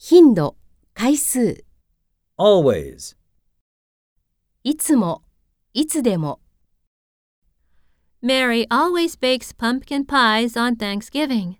頻度、回数、 always, いつも、いつでも、 Mary always bakes pumpkin pies on Thanksgiving.